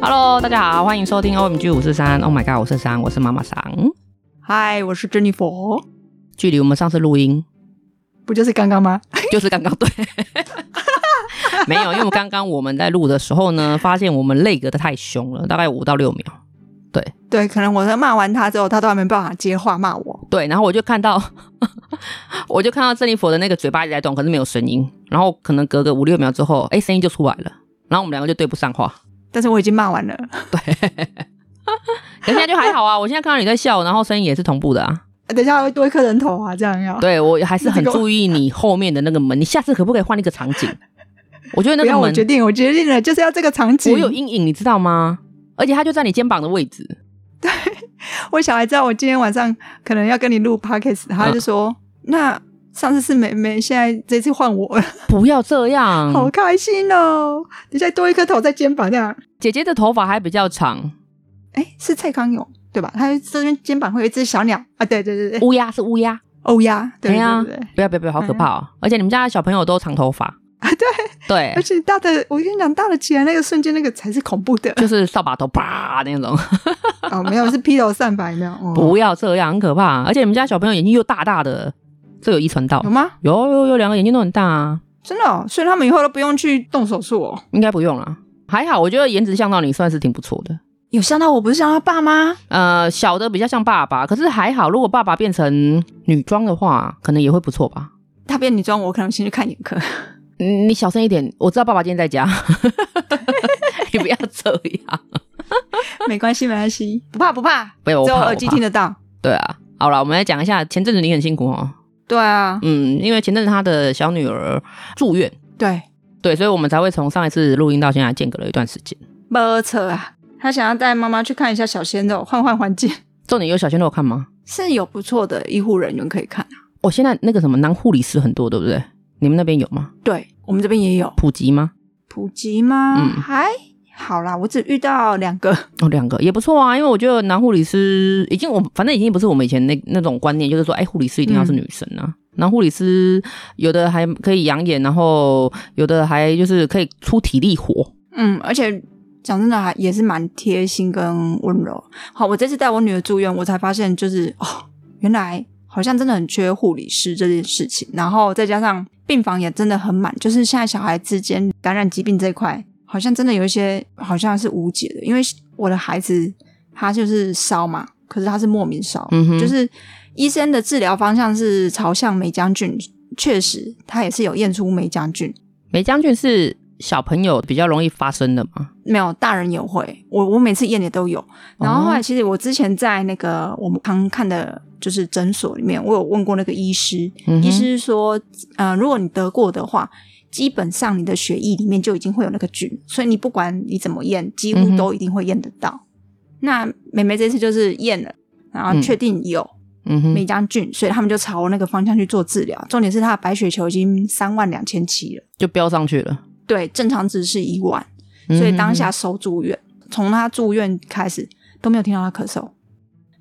Hello，大家好，欢迎收听 OMG 五四三。Oh my god，五四三，我是妈妈桑。嗨，我是珍妮佛，距离我们上次录音不就是刚刚吗？ 就是刚刚对， 没有，因为我刚刚我们在录的时候呢，发现我们累隔的太凶了，大概五到六秒。对，可能我在骂完他之后，他都还没办法接话骂我。对，然后我就看到， 我就看到珍妮佛的那个嘴巴一直在动，可是没有声音。然后可能隔个五六秒之后，哎，声音就出来了。然后我们两个就对不上话。但是我已经骂完了， 可现在就还好啊，我现在看到你在笑，然后声音也是同步的啊。等一下会多一颗人头啊，这样要。对我还是很这个注意你后面的那个门，你下次可不可以换一个场 景？我觉得那不要个我门决定，我决定了，就是要这个场景。我有阴影，你知道吗？而且它就在你肩膀的位置。我小孩知道我今天晚上可能要跟你录 podcast，他就说：“嗯那上次是美美，现在这次换我了， 不要这样，好开心哦！”等一下多一颗头在肩膀这样。姐姐的头发还比较长，哎，是蔡康永对吧？他这边肩膀会有一只小鸟啊，对对对对，乌鸦是乌鸦，欧呀，对哎呀对对对。不要不要不要，好可怕哦！而且你们家的小朋友都长头发，对。嗯啊而且大的，我跟你讲，大的起来那个瞬间，那个才是恐怖 的就是扫把头啪那种，哦，没有，是披头散发，有没有？哦、不要这样，很可怕。而且你们家小朋友眼睛又大大的，这有遗传到有，吗？有有有，两个眼睛都很大啊，真的、哦，所以他们以后都不用去动手术哦。应该不用啦，还好，我觉得颜值像到你算是挺不错的。有像到我，不是像他爸吗？呃，小的比较像爸爸，可是还好，如果爸爸变成女装的话，可能也会不错吧。他变女装，我可能先去看眼 科。嗯你小声一点，我知道爸爸今天在家， 你不要这样。没关系，没关系，不怕不怕，不要，我只有怕，耳机我怕听得到。对啊，好了，我们来讲一下，前阵子你很辛苦哦，对啊，嗯，因为前阵子他的小女儿住院，对，对，所以我们才会从上一次录音到现在间隔了一段时间。没错啊。他想要带妈妈去看一下小鲜肉，换换环境，重点有小鲜肉看吗？是有不错的医护人员可以看啊。我、现在那个什么男护理师很多，对不对？你们那边有吗？对我们这边也有普及吗？普及吗？嗯还好啦，我只遇到两个。哦，两个也不错啊，因为我觉得男护理师已经我反正已经不是我们以前那那种观念，就是说，哎，护理师一定要嗯是女生啊。男护理师有的还可以养眼，然后有的还就是可以出体力活。嗯，而且讲真的啊，还也是蛮贴心跟温柔。好，我这次带我女儿住院，我才发现就是哦，原来好像真的很缺护理师这件事情。然后再加上病房也真的很满，就是现在小孩之间感染疾病这一块，好像真的有一些好像是无解的。因为我的孩子他就是烧嘛，可是他是莫名烧，嗯哼就是医生的治疗方向是朝向梅将军，确实他也是有验出梅将军。梅将军是小朋友比较容易发生的嘛？没有，大人也会。我我每次验也都有。哦然后后来，其实我之前在那个我们刚看的，就是诊所里面，我有问过那个医师，嗯哼医师说，呃，如果你得过的话，基本上你的血液里面就已经会有那个菌，所以你不管你怎么验，几嗯乎哼都一定会验得嗯到。那妹妹这次就是验了，然后嗯确定有嗯哼，梅将菌，所以他们就朝那个方向去做治疗。重点是她的白血球已经三万两千七了，就飙上去了。对，正常值是一万。嗯所以当下收住院，从他住院开始都没有听到他咳嗽。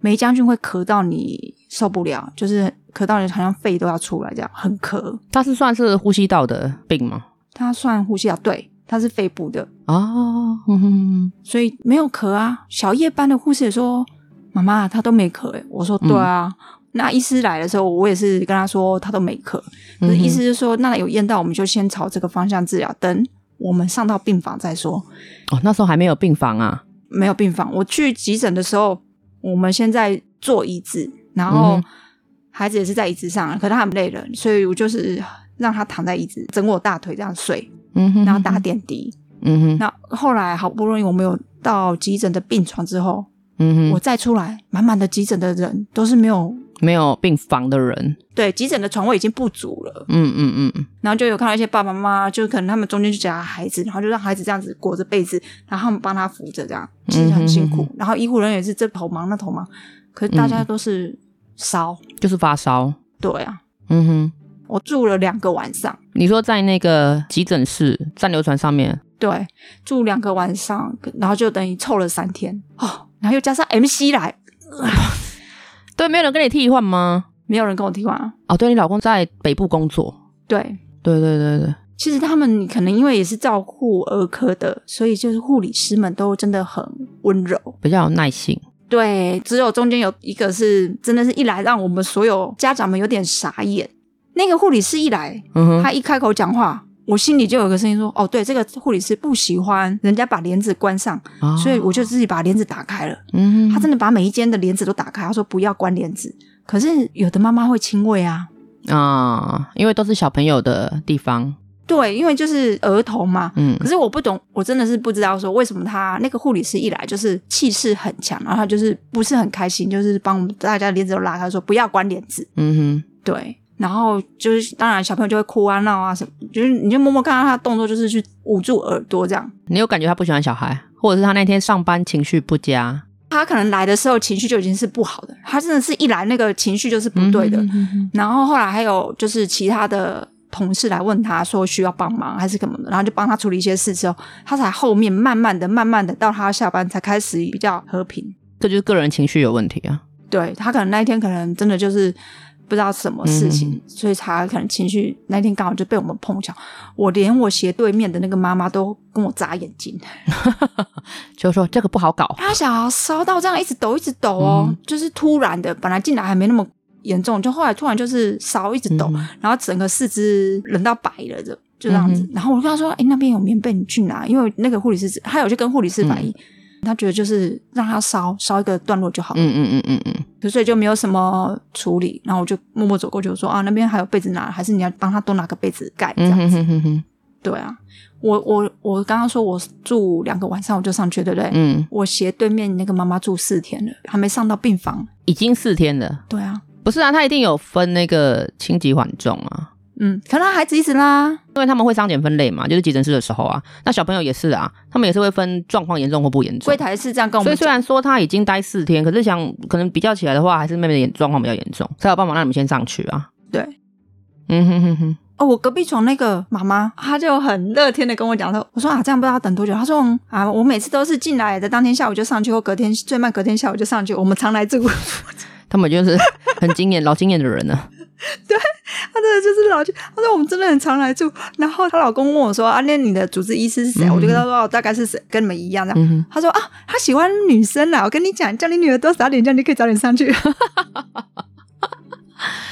梅将军会咳到你受不了，就是咳到你好像肺都要出来这样，很咳。他是算是呼吸道的病吗？他算呼吸道，对，他是肺部的，哦，嗯哼，所以没有咳啊。小夜班的护士也说：“妈妈，他都没咳、欸。”我说：“嗯对啊。那医师来的时候，我也是跟他说他都没咳，可是嗯哼医师就说：“那有验到，我们就先朝这个方向治疗，等我们上到病房再说。”哦，那时候还没有病房啊。没有病房。我去急诊的时候，我们现在坐椅子，然后嗯孩子也是在椅子上，可是他很累了，所以我就是让他躺在椅子，整我大腿这样睡，嗯哼，然后打，点滴。嗯哼，那后来好不容易我们有到急诊的病床之后，嗯哼，我再出来，满满的急诊的人都是没有。没有病房的人，对，急诊的床位已经不足了，嗯嗯嗯嗯，然后就有看到一些爸爸妈妈，就可能他们中间就夹孩子，然后就让孩子这样子裹着被子，然后他们帮他扶着，这样其实很辛苦。嗯哼然后医护人员也是这头忙那头忙，可是大家都是烧，就是发烧。对啊，嗯哼。我住了两个晚上，你说在那个急诊室暂留船上面，对，住两个晚上，然后就等于凑了三天哦，然后又加上 MC 来，对，没有人跟你替换吗？没有人跟我替换啊，哦，对你老公在北部工作，对，对对对对，其实他们可能因为也是照顾儿科的，所以就是护理师们都真的很温柔。比较有耐性。对，只有中间有一个是真的是一来让我们所有家长们有点傻眼。那个护理师一来，嗯哼，他一开口讲话，我心里就有个声音说：“哦，对，这个护理师不喜欢人家把帘子关上，啊所以我就自己把帘子打开了。”嗯他真的把每一间的帘子都打开，他说不要关帘子。可是有的妈妈会亲喂啊，啊，因为都是小朋友的地方，对，因为就是儿童嘛。嗯可是我不懂，我真的是不知道说为什么他那个护理师一来就是气势很强，然后他就是不是很开心，就是帮我们大家帘子都拉开，说不要关帘子。嗯对，然后就是当然小朋友就会哭啊闹啊什么，就是你就默默看到他的动作就是去捂住耳朵这样。哼，你有感觉他不喜欢小孩，或者是他那天上班情绪不佳，他可能来的时候情绪就已经是不好的，他真的是一来那个情绪就是不对的。嗯哼哼然后后来还有就是其他的同事来问他说需要帮忙还是什么的，然后就帮他处理一些事之后，他才后面慢慢的、慢慢的到他下班才开始比较和平。这就是个人情绪有问题啊。对他可能那一天可能真的就是不知道什么事情，嗯所以他可能情绪那天刚好就被我们碰巧，我连我斜对面的那个妈妈都跟我眨眼睛，就说这个不好搞，他小孩烧到这样一直抖一直抖哦，嗯就是突然的，本来进来还没那么严重，就后来突然就是烧一直抖，嗯然后整个四肢冷到白了的，就这样子。然后我就跟他说：“哎、那边有棉被，你去拿。”因为那个护理师，他有去跟护理师嗯反映，他觉得就是让他烧烧一个段落就好，嗯嗯嗯嗯所以就没有什么处理。然后我就默默走过去，我说：“啊，那边还有被子拿，还是你要帮他多拿个被子盖这嗯样哼子？”哼哼哼，对啊，我我我刚刚说我住两个晚上我就上去，对不对？嗯，我斜对面那个妈妈住四天了，还没上到病房。已经四天了，对啊，不是啊，他一定有分那个轻急缓重啊，嗯，可能他孩子一直拉，因为他们会伤减分类嘛，就是急诊室的时候啊，那小朋友也是啊，他们也是会分状况严重或不严重柜。台是这样跟我所以们虽讲，然说他已经待四天，可是想可能比较起来的话，还是妹妹的眼状况比较严重，才有办法让你们先上去啊。对。嗯哼哼哼，哦，我隔壁床那个妈妈，她就很乐天的跟我讲说，我说啊，这样不知道要等多久。她说、嗯啊，我每次都是进来的当天下午就上去，或隔天最慢隔天下午就上去。我们常来住，他们就是 很经验、老经验的人啊呢。她真的就是老去。她说我们真的很常来住。然后她老公问我说啊，那你的主治医师是谁？嗯我就跟她说、哦，大概是谁，跟你们一样这样。嗯哼，她说啊，她喜欢女生啊啦，我跟你讲，叫你女儿多撒点，这样你可以早点上去。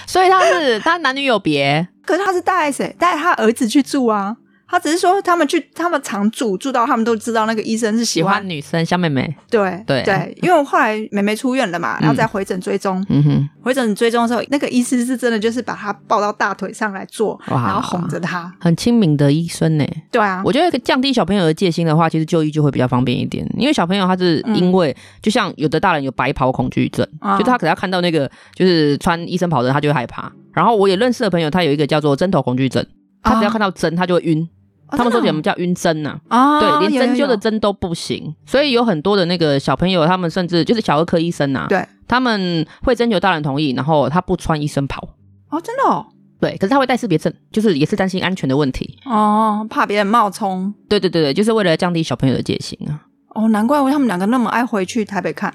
所以他是他男女有别，可是他是带谁？带他儿子去住啊。他只是说他们去，他们常住，住到他们都知道那个医生是喜喜欢欢女生小妹妹。对对对，因为我后来妹妹出院了嘛，然后再回诊追踪，嗯哼，回诊追踪的时候，那个医师是真的就是把她抱到大腿上来坐，哇然后哄着她。很亲民的医生呢。对啊，我觉得降低小朋友的戒心的话，其实就医就会比较方便一点，因为小朋友他是因为、就像有的大人有白袍恐惧症，啊就他可能要看到那个就是穿医生袍的人，他就会害怕。然后我也认识的朋友，他有一个叫做针头恐惧症，他只要看到针他就会晕，啊哦他们说真我的们叫晕针呐、啊，哦对，连针有有灸的有针都不行，所以有很多的那个小朋友，他们甚至就是小儿科医生呐、对他们会征求大人同意，然后他不穿医生袍，哦，真的哦，对，可是他会带识别证，就是也是担心安全的问题，哦，怕别人冒充对对对对，就是为了降低小朋友的戒心啊。哦，难怪他们两个那么爱回去台北看，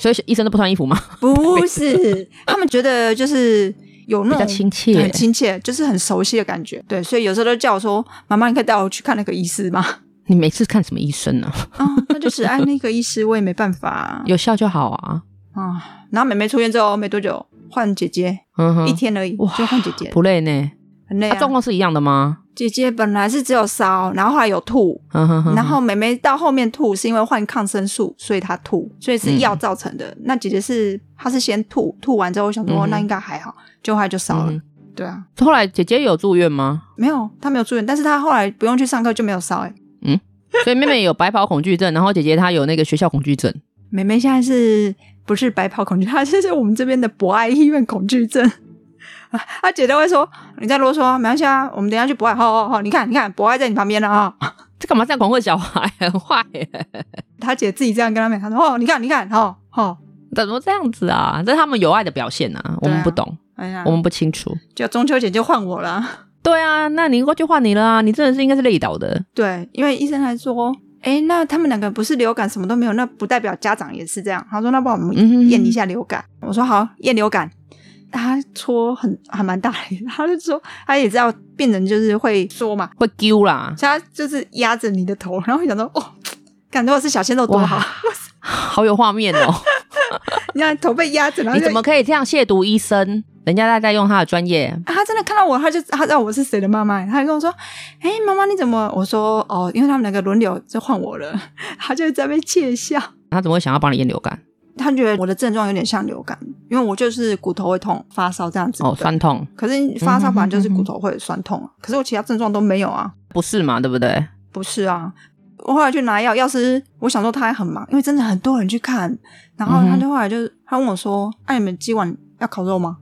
所以医生都不穿衣服吗？ 不是 他们觉得就是有比那较种。亲切很。亲切，就是很熟悉的感觉。对，所以有时候都叫我说：“妈妈，你可以带我去看那个医师吗 你每次看什么医生啊？？”啊、那就只爱那个医师，我也没办法啊。有效就好啊。啊，然后妹妹出院之后没多久换姐姐，嗯一哼，天而已哇就换姐姐，不累呢。很累他啊。状况是一样的吗？姐姐本来是只有烧，然后后来有吐，嗯哼哼。然后妹妹到后面吐是因为换抗生素，所以她吐，所以是药造成的。那姐姐是她是先吐，吐完之后我想嗯说、哦哼那应该还好，就后来就烧了。嗯对啊，后来姐姐有住院吗？ 没有，她没有住院，但是她后来不用去上课就没有烧、欸。所以妹妹有白袍恐惧症，然后姐姐她有那个学校恐惧症。妹妹现在是不是白袍恐惧？她就是我们这边的博爱医院恐惧症。 啊她姐都会说：“你再啰嗦，没关系啊，我们等一下去博爱。好好好，你看，你看，博爱在你旁边了啊。这干嘛这样恐吓小孩？ 很坏耶！”她姐自己这样跟她妹，她说：“哦，你看，你看，哦哦，怎么这样子啊？这是他们有爱的表现啊，我对们啊不懂，哎呀我，们不清楚。就中秋节就换我了。对啊，那你过去换你了啊！你真的是应该是累倒的。”对，因为医生还说：“哎，那他们两个不是流感什么都没有，那不代表家长也是这样。”他说：“那不然我嗯哼们验一下流感。我说：“好，验流感。”他搓很还蛮大力的，他就说他也知道病人就是会说嘛，会丢啦，所以他就是压着你的头，然后会想说哦，感觉是小鲜肉多好哇，好有画 面哦！你看头被压着，然后你就怎么可以这样亵渎医生？人家在在用他的专业，啊他真的看到我，他就他知道我是谁的妈妈，他就跟我说：“哎、妈妈你怎么？”我说：“哦，因为他们两个轮流就换我了。”他就在那边窃笑，他怎么会想要帮你验流感？他觉得我的症状有点像流感，因为我就是骨头会痛、发烧这样子。哦，酸痛可是发烧本来就是骨头会酸痛啊，可是我其他症状都没有啊。不是嘛？对不对？ 不是啊，我后来去拿药，药师我想说他还很忙，因为真的很多人去看，然后嗯哼他就后来就他问我说：“哎、你们今晚要烤肉吗？”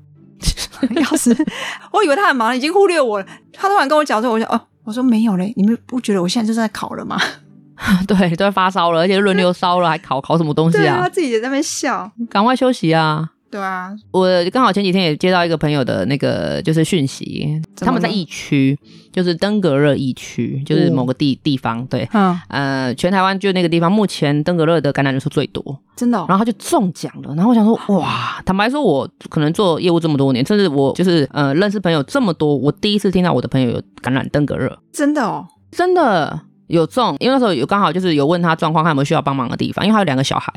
药师，我以为他很忙，已经忽略我了。他突然跟我讲说，我就哦，我说没有嘞，你们不觉得我现在就在烤了吗？对，都要发烧了，而且轮流烧了，还烤烤什么东西对啊，啊他？自己也在那边笑。赶快休息啊！对啊，我刚好前几天也接到一个朋友的那个就是讯息，怎么了他们在疫区，就是登革热疫区，就是哦某个地地方，对，嗯，呃，全台湾就那个地方，目前登革热的感染人数最多，真的、哦。然后他就中奖了。然后我想说，哇，坦白说，我可能做业务这么多年，甚至我就是呃认识朋友这么多，我第一次听到我的朋友有感染登革热，真的哦，真的有中，因为那时候有刚好就是有问他状况，看有没有需要帮忙的地方，因为他有两个小孩。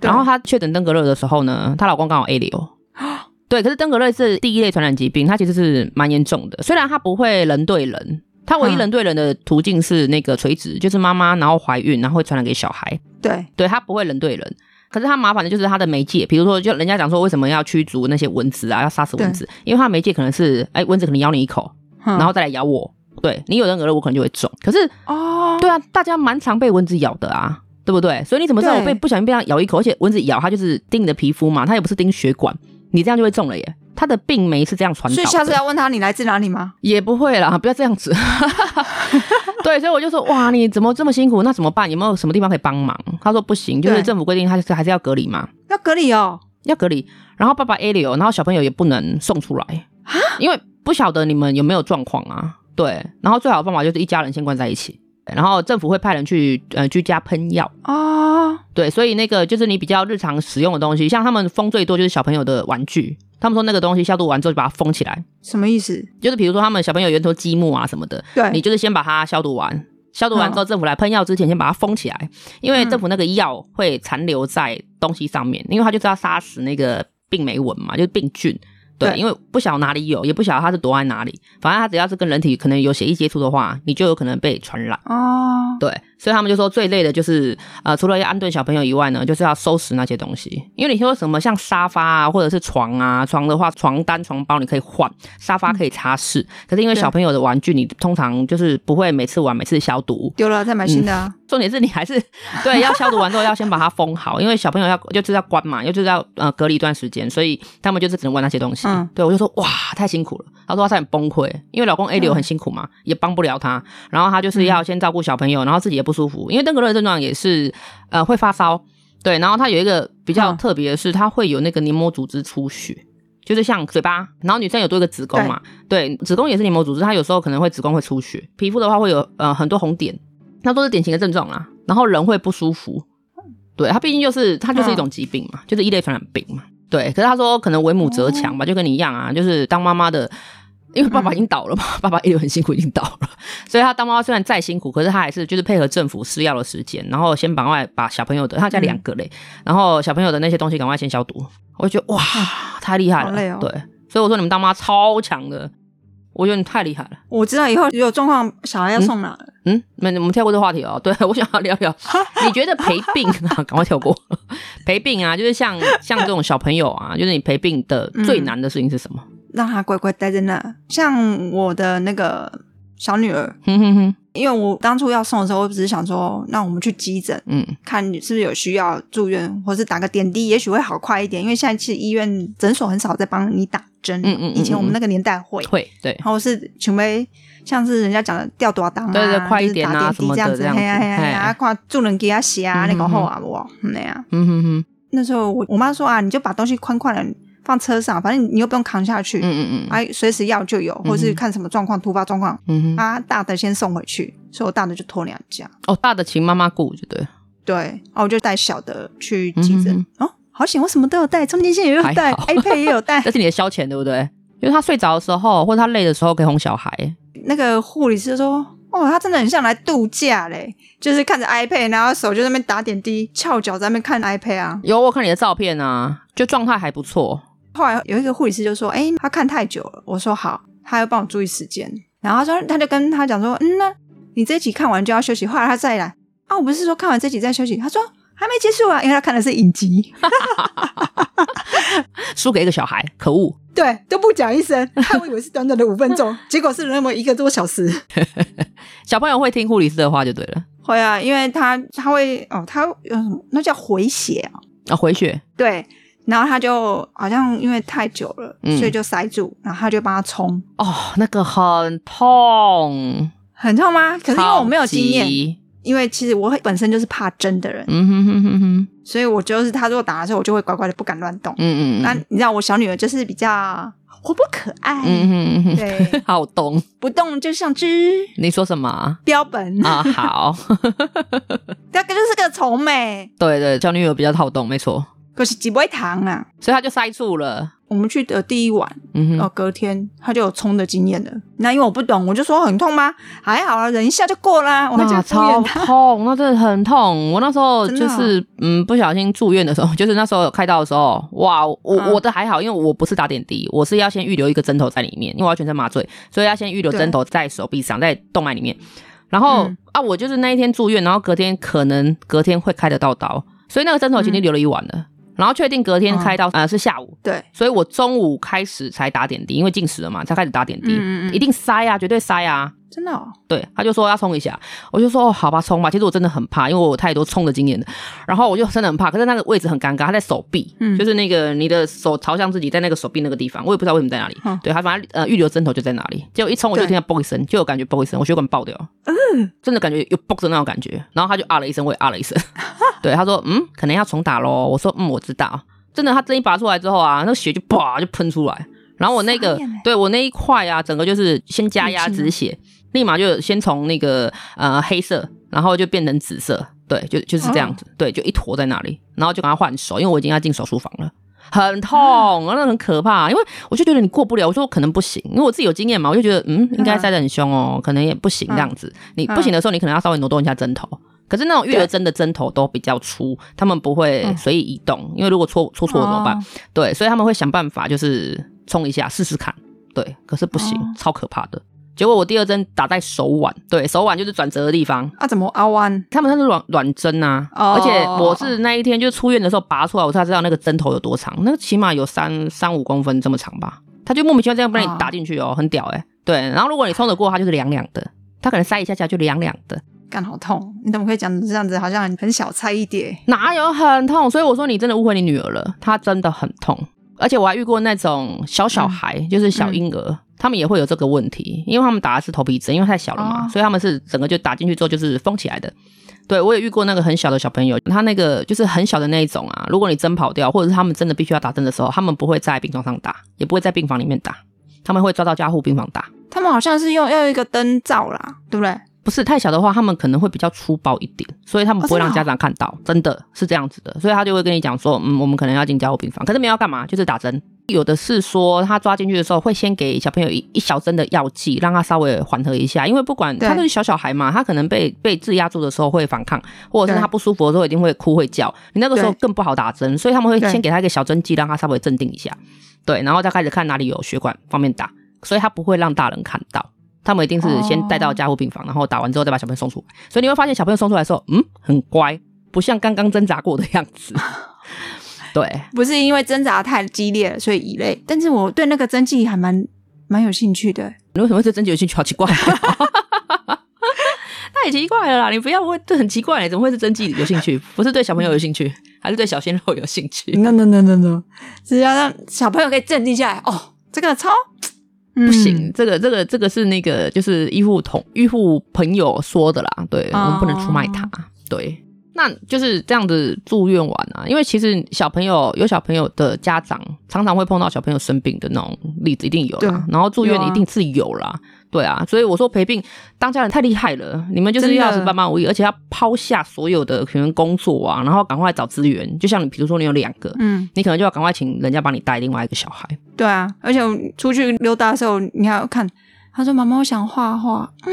对然后她确诊登革热的时候呢，她老公刚好 A 流。啊对，可是登革热是第一类传染疾病，它其实是蛮严重的。虽然它不会人对人，它唯一嗯人对人的途径是那个垂直，就是妈妈然后怀孕，然后会传染给小孩。对，对，它不会人对人。可是它麻烦的就是它的媒介，比如说，就人家讲说为什么要驱逐那些蚊子啊，要杀死蚊子，因为它的媒介可能是，哎，蚊子可能咬你一口，嗯然后再来咬我。对你有登革热，我可能就会中。可是哦，对啊，大家蛮常被蚊子咬的啊，对不对？所以你怎么知道我对被不小心被它咬一口？而且蚊子咬它就是叮你的皮肤嘛，它也不是叮血管，你这样就会中了耶。它的病媒是这样传导所的，以下次要问他你来自哪里吗？也不会啦，不要这样子。 对，所以我就说，哇，你怎么这么辛苦？那怎么办？有没有什么地方可以帮忙？他说不行，就是对政府规定，他就是还是要隔离嘛，要隔离哦，要隔离。然后爸爸 A 流，然后小朋友也不能送出来，因为不晓得你们有没有状况啊。对，然后最好的方法就是一家人先关在一起，然后政府会派人去呃居家喷药。哦，对，所以那个就是你比较日常使用的东西，像他们封最多就是小朋友的玩具，他们说那个东西消毒完之后就把它封起来，什么意思？就是比如说他们小朋友源头积木啊什么的，对，你就是先把它消毒完，消毒完之后政府来喷药之前先把它封起来，因嗯为政府那个药会残留在东西上面，因为它就是要杀死那个病媒蚊嘛，就是病菌。对，对因为不晓得哪里有，也不晓得它是躲在哪里，反正它只要是跟人体可能有血液接触的话，你就有可能被传染。哦，对，所以他们就说最累的就是呃，除了要安顿小朋友以外呢，就是要收拾那些东西。因为你说什么像沙发啊，或者是床啊，床的话，床单、床包你可以换，沙发可以擦拭。可是因为对小朋友的玩具，你通常就是不会每次玩，每次消毒。丢了再买新的啊。重点是你还是 对要消毒完之后要先把它封好，因为小朋友要就是要关嘛，又就是要呃隔离一段时间，所以他们就是只能玩那些东西。嗯对我就说哇太辛苦了，他说他差点崩溃，因为老公 A 流很辛苦嘛，嗯也帮不了他，然后他就是要先照顾小朋友，然后自己也不舒服，因为登革热的症状也是呃会发烧，对，然后他有一个比较嗯特别的是，他会有那个黏膜组织出血。就是像嘴巴，然后女生有多一个子宫嘛，对，子宫也是黏膜组织，它有时候可能会子宫会出血，皮肤的话会有呃很多红点，那都是典型的症状啦。然后人会不舒服，对，它毕竟就是它就是一种疾病嘛，就是一类传染病嘛。对，可是他说可能为母则强吧，就跟你一样啊，就是当妈妈的，因为爸爸已经倒了嘛，爸爸也很辛苦，已经倒了，所以他当妈妈虽然再辛苦，可是他还是就是配合政府施药的时间，然后先赶快把小朋友的，他家两个嘞，然后小朋友的那些东西赶快先消毒。我就觉得哇，太厉害好累了，哦对，所以我说你们当妈超强的，我觉得你太厉害了。我知道以后有状况，小孩要送哪了？嗯，没，我们跳过这个话题哦。对， 我想要聊聊，你觉得陪病 啊，赶快跳过陪病啊，就是像像这种小朋友啊，就是你陪病的最难的事情是什么？让他乖乖待在那。像我的那个小女儿，哼哼哼，因为我当初要送的时候，我只是想说，那我们去急诊嗯，看你是不是有需要住院，或是打个点滴，也许会好快一点。因为现在去医院诊所很少在帮你打针，嗯嗯嗯以前我们那个年代会。会对然后是请问，像是人家讲的吊多档啊，对对就是快一点啊打点滴什么的这样子，这样子嘿呀嘿呀嘿呀，嘿啊看助人给他写啊，那嗯个嗯后啊我那样。嗯哼哼，那时候我我妈说啊，你就把东西宽宽的放车上，反正你又不用扛下去，嗯嗯嗯，哎、随时要就有，或是嗯看什么状况、突发状况，嗯哼，啊，大的先送回去，所以我大的就拖两啊家，哦，大的请妈妈顾，就对了，对，然后我就带小的去急诊，嗯哦，好险，我什么都有带，充电线也有还带好，iPad 也有带这。是你的消遣，对不对？因为他睡着的时候，或者他累的时候，可以哄小孩。那个护理师说：“哦，他真的很像来度假嘞，就是看着 iPad，然后手就在那边打点滴，翘脚在那边看 iPad 啊。有我看你的照片啊，就状态还不错。”后来有一个护理师就说：“哎、他看太久了。”我说：“好。”他要帮我注意时间，然后他说他就跟他讲说：“嗯，那你这一集看完就要休息。”后来他再来啊，我不是说看完这集再休息，他说还没结束啊，因为他看的是影集， 输给一个小孩，可恶！对，都不讲一声，害我以为是短短的五分钟，结果是那么一个多小时。小朋友会听护理师的话就对了会啊，因为他他会哦，他有什么那叫回血啊？啊。回血，对，然后他就好像因为太久了，嗯所以就塞住，然后他就帮他冲，哦，那个很痛，很痛吗？可是因为我没有经超验，级。因为其实我本身就是怕针的人，嗯哼哼哼哼，所以我就是他如果打的时候，我就会乖乖的不敢乱动。嗯嗯那嗯你知道我小女儿就是比较活泼可爱，嗯嗯嗯对嗯，， 好懂。不动就像只你说什么啊标本，啊？好， 大概就是个虫妹，对对，小女友比较好动，没错，可是几不会糖啊。所以他就塞住了。我们去的第一晚，嗯哦，哼，隔天他就有冲的经验了。那因为我不懂，我就说很痛吗？还好啊啦，忍一下哦就过啦。我还这那样敷衍超他。痛，那真的很痛。我那时候啊真的就啊是、嗯，不小心住院的时候， 就是那时候有开刀的时候，哇，我、嗯我的还好，因为我不是打点滴，我是要先预留一个针头在里面，因为我要全身麻醉，所以要先预留对针头在手臂上，在动脉里面。然后、嗯啊，我就是那一天住院，然后隔天可能隔天会开得到刀，所以那个针头嗯已经留了一晚了。然后确定隔哦天开刀，呃，是下午，对，所以我中午开始才打点滴，因为进食了嘛，才开始打点滴，嗯嗯嗯一定塞啊，绝对塞啊。真的、哦，对，他就说要冲一下，我就说哦，好吧，冲吧。其实我真的很怕，因为我有太多冲的经验了。然后我就真的很怕，可是那个位置很尴尬，他在手臂，嗯就是那个你的手朝向自己，在那个手臂那个地方，我也不知道为什么在哪里。嗯对，他反正呃预留针头就在哪里，结果一冲我就对嗯听到嘣一声，就有感觉嘣一声，我血管爆掉， 真的感觉有嘣的那种感觉。然后他就啊了一声，我也啊了一声。 对，他说嗯，可能要重打咯。我说嗯，我知道。真的，他针一拔出来之后啊，那个血就啪就喷出来，然后我那个傻眼欸对我那一块啊，整个就是先加压淤青吗止血，立马就先从那个呃黑色，然后就变成紫色，对，就就是这样子，哦对，就一坨在那里，然后就赶快换手，因为我已经要进手术房了。很痛，哦然后很可怕，因为我就觉得你过不了，我说我可能不行，因为我自己有经验嘛，我就觉得嗯，应该塞得很凶哦，可能也不嗯行这样子。你不行的时候，你可能要稍微挪动一下针头，可是那种育儿针的针头都比较粗，他们不会嗯随意移动，因为如果戳戳错了怎么办？哦对，所以他们会想办法就是冲一下试试看，对，可是不行，哦超可怕的。结果我第二针打在手腕，对手腕就是转折的地方，啊，怎么凹弯？他们那是软软针啊，哦而且我是那一天就出院的时候拔出来，我才知道那个针头有多长，那个起码有三三五公分这么长吧，他就莫名其妙这样把你哦打进去哦，很屌哎、对，然后如果你冲得过，它就是凉凉的，它可能塞一下下就凉凉的，干好痛！你怎么可以讲成这样子？好像很很小菜一碟。哪有很痛？所以我说你真的误会你女儿了，她真的很痛。而且我还遇过那种小小孩，就是小婴儿，他们也会有这个问题，因为他们打的是头皮针，因为太小了嘛，哦所以他们是整个就打进去之后就是封起来的。对我也遇过那个很小的小朋友，他那个就是很小的那一种啊，如果你针跑掉，或者是他们真的必须要打针的时候，他们不会在病床上打，也不会在病房里面打，他们会抓到加护病房打。他们好像是用要有一个灯罩啦，对不对？不是太小的话，他们可能会比较粗暴一点，所以他们哦不会让真家的哦长看到，真的是这样子的，所以他就会跟你讲说，嗯，我们可能要进加护病房，可是没有要干嘛，就是打针。有的是说他抓进去的时候会先给小朋友一一小针的药剂，让他稍微缓和一下，因为不管对他都是小小孩嘛，他可能被被制压住的时候会反抗，或者是对他不舒服的时候一定会哭会叫，你那个时候对更不好打针，所以他们会对先给他一个小针剂，让他稍微镇定一下，对，然后再开始看哪里有血管方面打，所以他不会让大人看到。他们一定是先带到加护病房，然后打完之后再把小朋友送出来。所以你会发现小朋友送出来的时候，嗯，很乖，不像刚刚挣扎过的样子。对，不是因为挣扎太激烈了，所以移类。但是我对那个针剂还蛮蛮有兴趣的。你为什么会对针灸有兴趣？好奇怪、啊太奇怪了啦！你不要问，这很奇怪，怎么会是针剂有兴趣？不是对小朋友有兴趣，还是对小鲜肉有兴趣？ no no no no no，是要让小朋友可以镇定下来。哦，这个超、嗯不不行，这个、这个、这个是那个，就是医护同医护朋友说的啦。对，哦我们不能出卖他。对，那就是这样子住院完啊，因为其实小朋友有小朋友的家长常常会碰到小朋友生病的那种例子，一定有啦。对然后住院有啊一定是有啦。对啊，所以我说陪病当家人太厉害了，你们就是真的要是帮忙无益，而且要抛下所有的可能工作啊，然后赶快找资源。就像你，比如说你有两个，嗯，你可能就要赶快请人家帮你带另外一个小孩。对啊，而且我出去溜达的时候，你还要看。他说：“妈妈，我想画画。”嗯，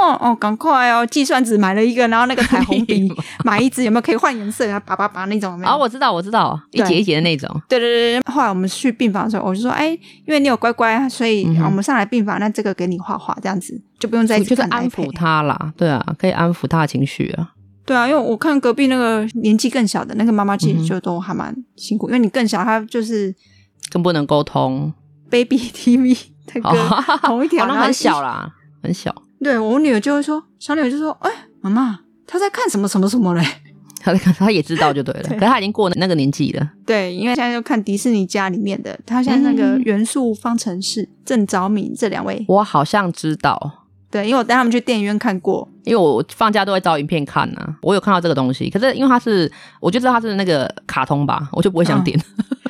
画画哦，赶快哦！计算纸买了一个，然后那个彩 虹笔屁买一支，有没有可以换颜色啊？叭叭叭那种有没有哎啊，我知道，我知道，一对节一节的那种。对对对对。后来我们去病房的时候，我就说：“哎，因为你有乖乖，所以嗯哼我们上来病房，那这个给你画画，这样子就不用再一就直是看安来陪抚他啦，对啊，可以安抚他的情绪啊。对啊，因为我看隔壁那个年纪更小的那个妈妈，其嗯哼实就都还蛮辛苦，因为你更小，她就是更不能沟通， Baby TV 那哦个同一条，好像啊然后很一小啦，很小， 对我女儿就会说，小女儿就说：“哎、妈妈，她在看什么什么什么嘞他他也知道就对了，对可是他已经过了那个年纪了，？”对，因为现在就看迪士尼家里面的，她现在那个嗯元素方程式、郑昭敏这两位，我好像知道，对，因为我带他们去电影院看过，因为我放假都会找影片看啊，我有看到这个东西，可是因为它是，我就知道它是那个卡通吧，我就不会想点，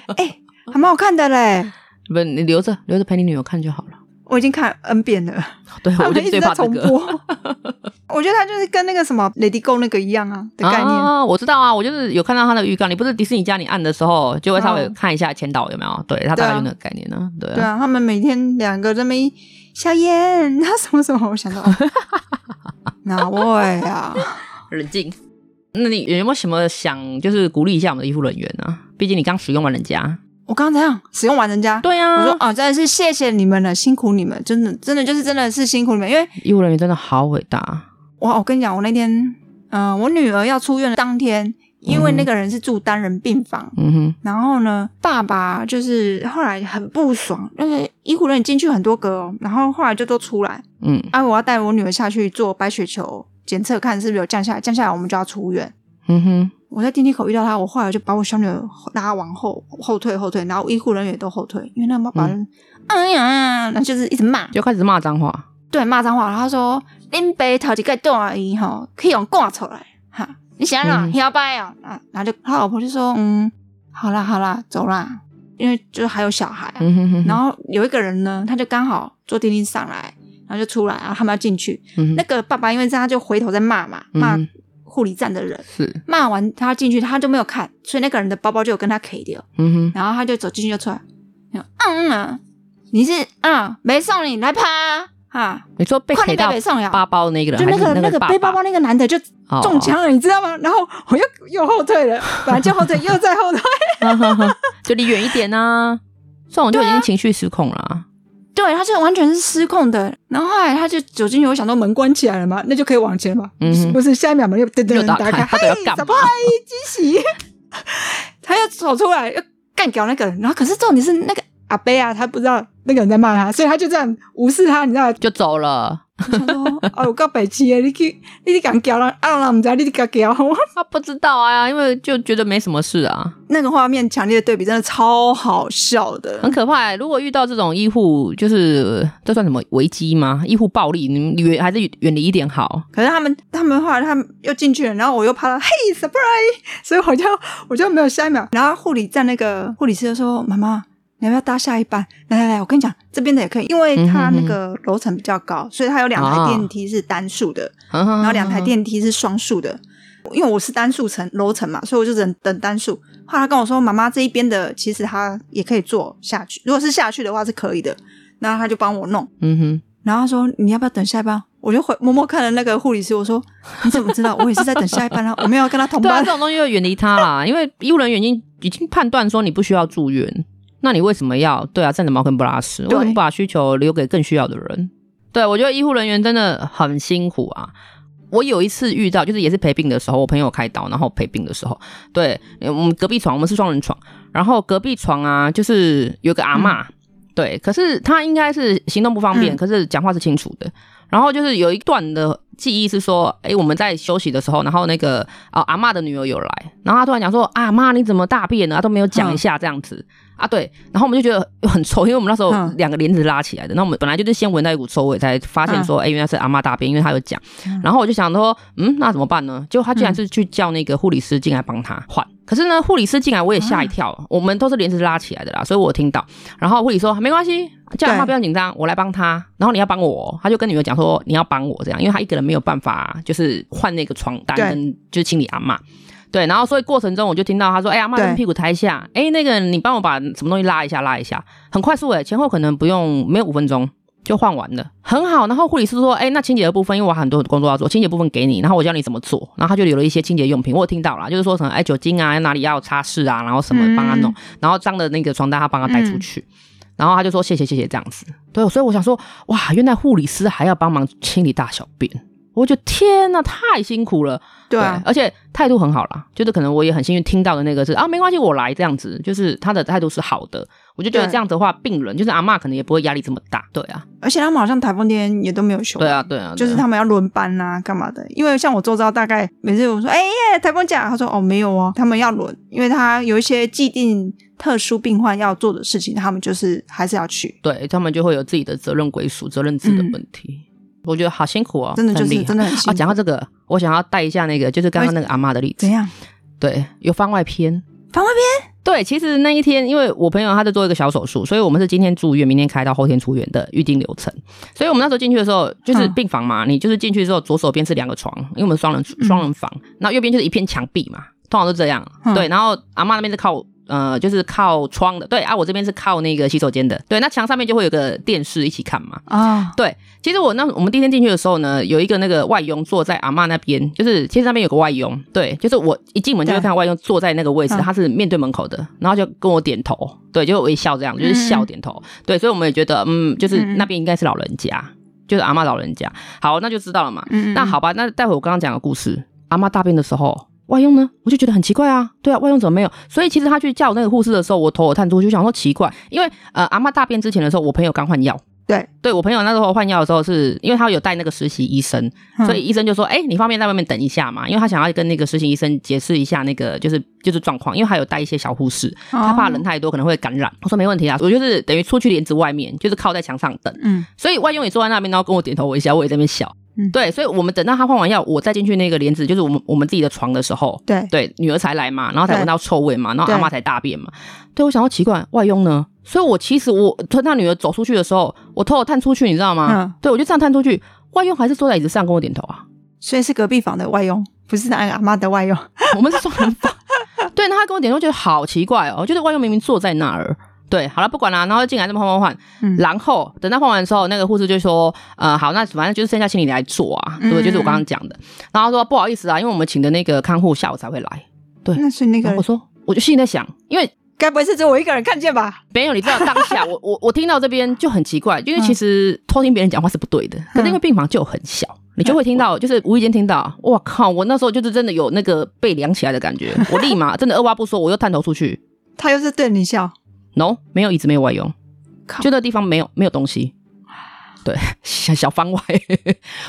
嗯哎还蛮好看的嘞。 不是你留着留着陪你女友看就好了。 我已经看 N 遍了，对，他 我就们一最直怕在这重个播。 我觉得它就是跟那个什么《Lady Go》那个一样啊的概念。啊，我知道啊，我就是有看到它的预告，你不是迪士尼家你按的时候就会稍微哦看一下前导有没有，对，它大概啊就那个概念呢，对对啊，啊，他们每天两个这么一小燕，他什么什么，我想到哦 哪位啊？冷静。那你有没有什么想就是鼓励一下我们的医护人员呢、毕竟你刚使用完人家，我刚刚怎样使用完人家？对我说啊，哦，真的是谢谢你们了，辛苦你们，真的真的就是真的是辛苦你们，因为医护人员真的好伟大，哇，我跟你讲，我那天，嗯、我女儿要出院的当天，因为那个人是住单人病房，嗯哼，然后呢，爸爸就是后来很不爽，那个医护人员进去很多格哦，然后后来就都出来，嗯啊，我要带我女儿下去做白血球检测，看是不是有降下来，降下来我们就要出院。嗯哼，我在电梯口遇到他，我后来就把我小女儿拉往后后退后退，然后医护人员也都后退，因为那个爸爸、就是哎呀，那就是一直骂，就开始骂脏话，对，骂脏话。然后他说：“恁爸头一个段阿姨吼，可以用挂出来哈，你想嗯想摇摆哦。”啊，然后就他老婆就说：“嗯，好啦好啦，走啦，因为就是还有小孩啊。嗯哼哼哼，然后有一个人呢，他就刚好坐电梯上来，然后就出来，然后他们要进去。嗯那哼个爸爸因为这样他就回头在骂嘛，骂嗯护理站的人。是，骂完他进去，他就没有看，所以那个人的包包就有跟他 K 掉，嗯哼，然后他就走进去就出来，嗯嗯啊，你是啊，没送你来趴啊啊，你说被快给点到背送呀，包包那个人，就那还是那个爸背包包那个男的就哦中枪了，你知道吗？然后我又又后退了，本来就后退，又再后 退，哦就离远一点啊，这种就已经情绪失控了啊，对，他就完全是失控的。然后后来他就走进去，我想到门关起来了嘛，那就可以往前嘛，嗯哼不是下一秒门又噔又噔打打开开，他嗨到底要干嘛，怎么嗨，惊喜！他又走出来，又干掉那个人。然后可是重点是那个阿贝啊，他不知道那个人在骂他，所以他就这样无视他，你知道吗？就走了，我想说，哎，我告北七耶，你去，你去敢屌了，啊，让我们家你去敢屌。他不知道啊，因为就觉得没什么事啊，那个画面强烈的对比，真的超好笑的很。可怕、欸。如果遇到这种医护，就是呃这算什么危机吗？医护暴力，你远还是远离一点好。可是他们，他们后来他们又进去了，然后我又怕他，嘿，surprise，所 以我就我就没有下一秒。然后护理站那个护理师就说：“妈妈，你要不要搭下一班？来来来，我跟你讲，这边的也可以，因为它嗯哼哼那个楼层比较高，所以它有两啊台电梯是单数的，然然后两台，电梯是双数的。因为我是单数层楼层嘛，所以我就只能等单数。后来他跟我说，妈妈这一边的其实他也可以坐下去，如果是下去的话是可以的。然后他就帮我弄。”嗯哼，然后他说你要不要等下一班？我就回默默看了那个护理师，我说你怎么知道？我也是在等下一班啊，我没有跟他同对啊，班这。种东西就远离他 啦，因为医护人员已经已经判断说你不需要住院，那你为什么要对啊站着茅坑不拉屎？为对什么不把需求留给更需要的人？对我觉得医护人员真的很辛苦啊。我有一次遇到，就是也是陪病的时候，我朋友开刀，然后陪病的时候，对我们隔壁床，我们是双人床，然后隔壁床啊，就是有个阿嬷，对，可是她应该是行动不方便，嗯可是讲话是清楚的。然后就是有一段的记忆是说，诶，我们在休息的时候，然后那个哦阿嬷的女儿有来，然后她突然讲说，啊妈你怎么大便了、啊？都没有讲一下这样子。啊，对，然后我们就觉得很臭，因为我们那时候嗯两个帘子拉起来的，那、我们本来就是先闻到一股臭味，才发现说，哎、原来是阿妈大便，因为她有讲，然后我就想说，嗯，那怎么办呢？结果她竟然是去叫那个护理师进来帮她换，可是呢，护理师进来我也吓一跳，我们都是帘子拉起来的啦，所以我有听到，然后护理说没关系，叫阿妈对不要紧张，我来帮她，然后你要帮我，哦她就跟女儿讲说你要帮我这样，因为她一个人没有办法就是换那个床单对跟就是清理阿妈。对，然后所以过程中我就听到他说：“哎、呀，阿妈，对你屁股抬一下，哎、那个你帮我把什么东西拉一下，拉一下，很快速哎、前后可能不用没有五分钟就换完了，很好。”然后护理师说：“哎、那清洁的部分，因为我还有很多工作要做，清洁部分给你，然后我教你怎么做。”然后他就留了一些清洁用品，我有听到啦，就是说什么哎、酒精啊，哪里要擦拭啊，然后什么帮嗯他弄，然后脏的那个床单他帮他带出去。然后他就说谢谢谢谢这样子，嗯对，所以我想说，哇，原来护理师还要帮忙清理大小便，我觉得天呐，太辛苦了。对啊，而且态度很好啦，就是可能我也很幸运听到的那个是啊，没关系，我来这样子，就是他的态度是好的，我就觉得对这样子的话，病人就是阿嬷可能也不会压力这么大，对啊，而且他们好像台风天也都没有休，对啊，对啊，就是对啊他们要轮班啊，干嘛的？因为像我周遭大概每次我说哎耶台风假，他说哦没有哦，他们要轮，因为他有一些既定特殊病患要做的事情，他们就是还是要去，对他们就会有自己的责任归属、责任制的问题，我觉得好辛苦哦，真的就很是厉害真的很辛啊，苦。讲到这个，我想要带一下那个，就是刚刚那个阿嬷的例子怎，样？对，有番外篇。番外篇？对，其实那一天，因为我朋友他在做一个小手术，所以我们是今天住院，明天开刀，后天出院的预定流程。所以我们那时候进去的时候，就是嗯病房嘛，你就是进去之后，左手边是两个床，因为我们双人双人房，那、右边就是一片墙壁嘛，通常都这样。嗯对，然后阿妈那边是靠。呃，就是靠窗的，对啊，我这边是靠那个洗手间的，对，那墙上面就会有个电视一起看嘛，啊，对，其实我那我们第一天进去的时候呢，有一个那个外佣坐在阿嬷那边，就是其实那边有个外佣，对，就是我一进门就会对看到外佣坐在那个位置，嗯他是面对门口的，然后就跟我点头，对，就微笑这样，就是笑嗯点头，对，所以我们也觉得，嗯，就是嗯那边应该是老人家，就是阿嬷老人家，好，那就知道了嘛。嗯，那好吧，那待会我刚刚讲的故事，阿妈大便的时候，外佣呢，我就觉得很奇怪啊，对啊，外佣怎么没有？所以其实他去叫那个护士的时候，我头我探出去就想说奇怪，因为呃阿妈大便之前的时候，我朋友刚换药。对，对我朋友那时候换药的时候是，因为他有带那个实习医生，嗯所以医生就说：“哎、你方便在外面等一下嘛？”因为他想要跟那个实习医生解释一下那个就是就是状况，因为他有带一些小护士，他他怕人，太多可能会感染。我说没问题啊，我就是等于出去帘子外面，就是靠在墙上等。嗯所以外佣也坐在那边，然后跟我点头微笑，我也在那边笑。嗯对，所以我们等到他换完药，我再进去那个帘子，就是我们我们自己的床的时候，对对，女儿才来嘛，然后才对闻到臭味嘛，然后阿嗯对妈才大便嘛。对，我想到奇怪，外佣呢？所以我其实我趁她女儿走出去的时候，我偷偷探出去，你知道吗？嗯对，我就这样探出去，外佣还是坐在椅子上跟我点头啊。所以是隔壁房的外佣，不是那个阿妈的外佣。 我们是双人房。对，那他跟我点头，我觉得好奇怪哦，就是外佣明明坐在那儿。对，好了，不管了，然后就进来这么换换换，嗯然后等到换完之后，那个护士就说，呃，好，那反正就是剩下请你来做啊，对不对？嗯就是我刚刚讲的。然后他说不好意思啊，因为我们请的那个看护下午才会来。对那所以那个然后我说，我就心里在想，因为该不会是只有我一个人看见吧？没有，你知道当下我 我我听到这边就很奇怪，因为其实偷听别人讲话是不对的，可是因为病房就很小，你就会听到，就是无意间听到，哇靠！我那时候就是真的有那个被量起来的感觉，我立马真的二话不说，我又探头出去他又是对你笑， ，no，没有椅子，没有外佣，靠就那地方没有没有东西。对，小小番外，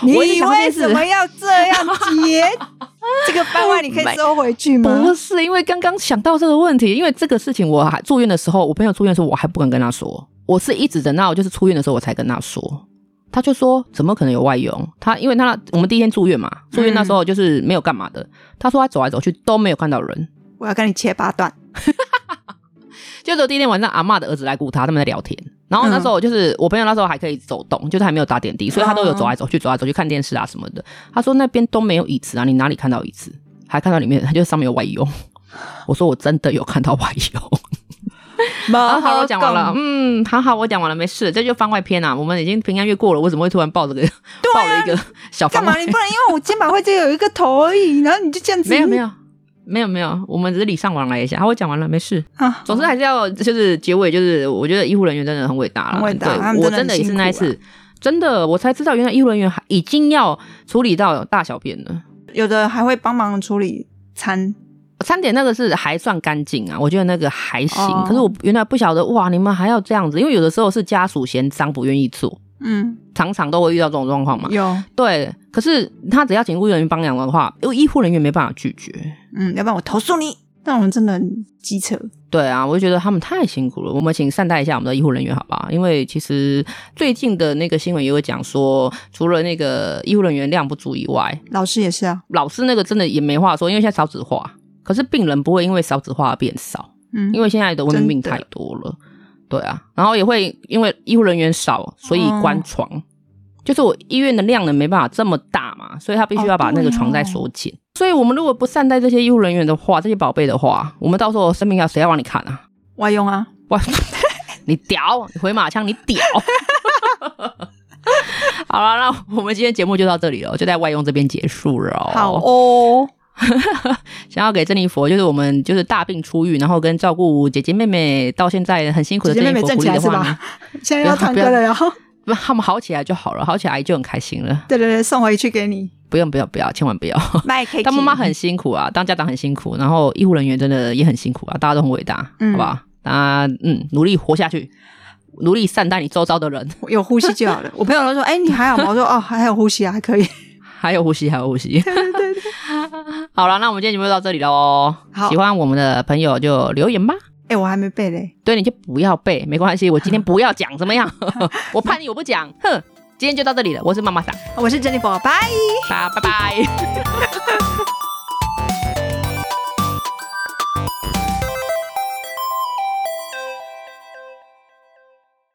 你我一直想说为这件什事么要这样结？这个番外你可以收回去 吗？不是因为刚刚想到这个问题，因为这个事情我还住院的时候，我朋友住院的时候我还不敢跟他说，我是一直等到就是出院的时候我才跟他说。他就说：“怎么可能有外佣？他因为他我们第一天住院嘛，住院那时候就是没有干嘛的。他说他走来走去都没有看到人，我要跟你切八 段。就只有第一天晚上阿嬷的儿子来顾他，他们在聊天。然后那嗯时候就是、我朋友那时候还可以走动，就是还没有打点滴，所以他都有走来走去、走来走去看电视啊什么的。他说那边都没有椅子啊，你哪里看到椅子？还看到里面，他就上面有外 佣。我说我真的有看到外佣。啊，好，我讲完了。嗯，好好，我讲完了，没事，这就番外篇啊。我们已经平安月过了，我怎么会突然报这个？报了一个小干番嘛？外啊你？不能因为我肩膀会这有一个头而已，然后你就这样子？没有没有没有没有，我们只是礼尚往来一下。好，我讲完了，没事。啊！总之还是要就是结尾，就是我觉得医护人员真的很伟大了，很伟大他对，们我真的真的很也是辛苦啊那一次，真的我才知道原来医护人员还已经要处理到大小便了。嗯有的还会帮忙处理餐，餐点那个是还算干净啊，我觉得那个还行。哦可是我原来不晓得哇，你们还要这样子，因为有的时候是家属嫌脏不愿意做，嗯，常常都会遇到这种状况嘛。有，对，可是他只要请医护人员帮忙的话，因为医护人员没办法拒绝。嗯，要不然我投诉你。但我们真的很机车，对啊，我就觉得他们太辛苦了。我们请善待一下我们的医护人员，好不好？因为其实最近的那个新闻也有讲说，除了那个医护人员量不足以外，老师也是啊，老师那个真的也没话说，因为现在少子化，可是病人不会因为少子化而变少，嗯，因为为现在的文明病真的太多了，对啊，然后也会因为医护人员少，所以哦关床，就是我医院的量呢没办法这么大嘛，所以他必哦须要把那个床啊再缩紧。所以我们如果不善待这些医护人员的话，这些宝贝的话，我们到时候生病要谁要帮你看啊？外用啊，哇，你屌，你回马枪，你屌。 好了，那我们今天节目就到这里了，就在外用这边结束了哦。好哦， 想要给珍妮佛，就是我们就是大病初愈，然后跟照顾姐姐妹妹到现在很辛苦姐的姐珍妹妮妹佛站鼓起励来的是话呢吧，？现在要唱歌了，然后不，他们好起来就好了，好起来就很开心了。 对对对，送回去给你，不用不要不要，千万不要！卖 K，哎当妈妈很辛苦啊，当家长很辛苦，然后医护人员真的也很辛苦啊，大家都很伟大，嗯好不好？大家嗯，努力活下去，努力善待你周遭的人， 有呼吸就好了。我朋友都说，哎，你还好吗？我说，哦，还有呼吸啊，还可以。 还有呼吸，还有呼吸。 好了，那我们今天节目就到这里喽。好喜欢我们的朋友就留言吧。哎，我还没背嘞，对，你就不要背，没关系，我今天不要讲，怎么样？ 我怕你我不讲，哼，今天就到这里了，我是妈妈桑，我是珍妮佛，拜。拜拜拜。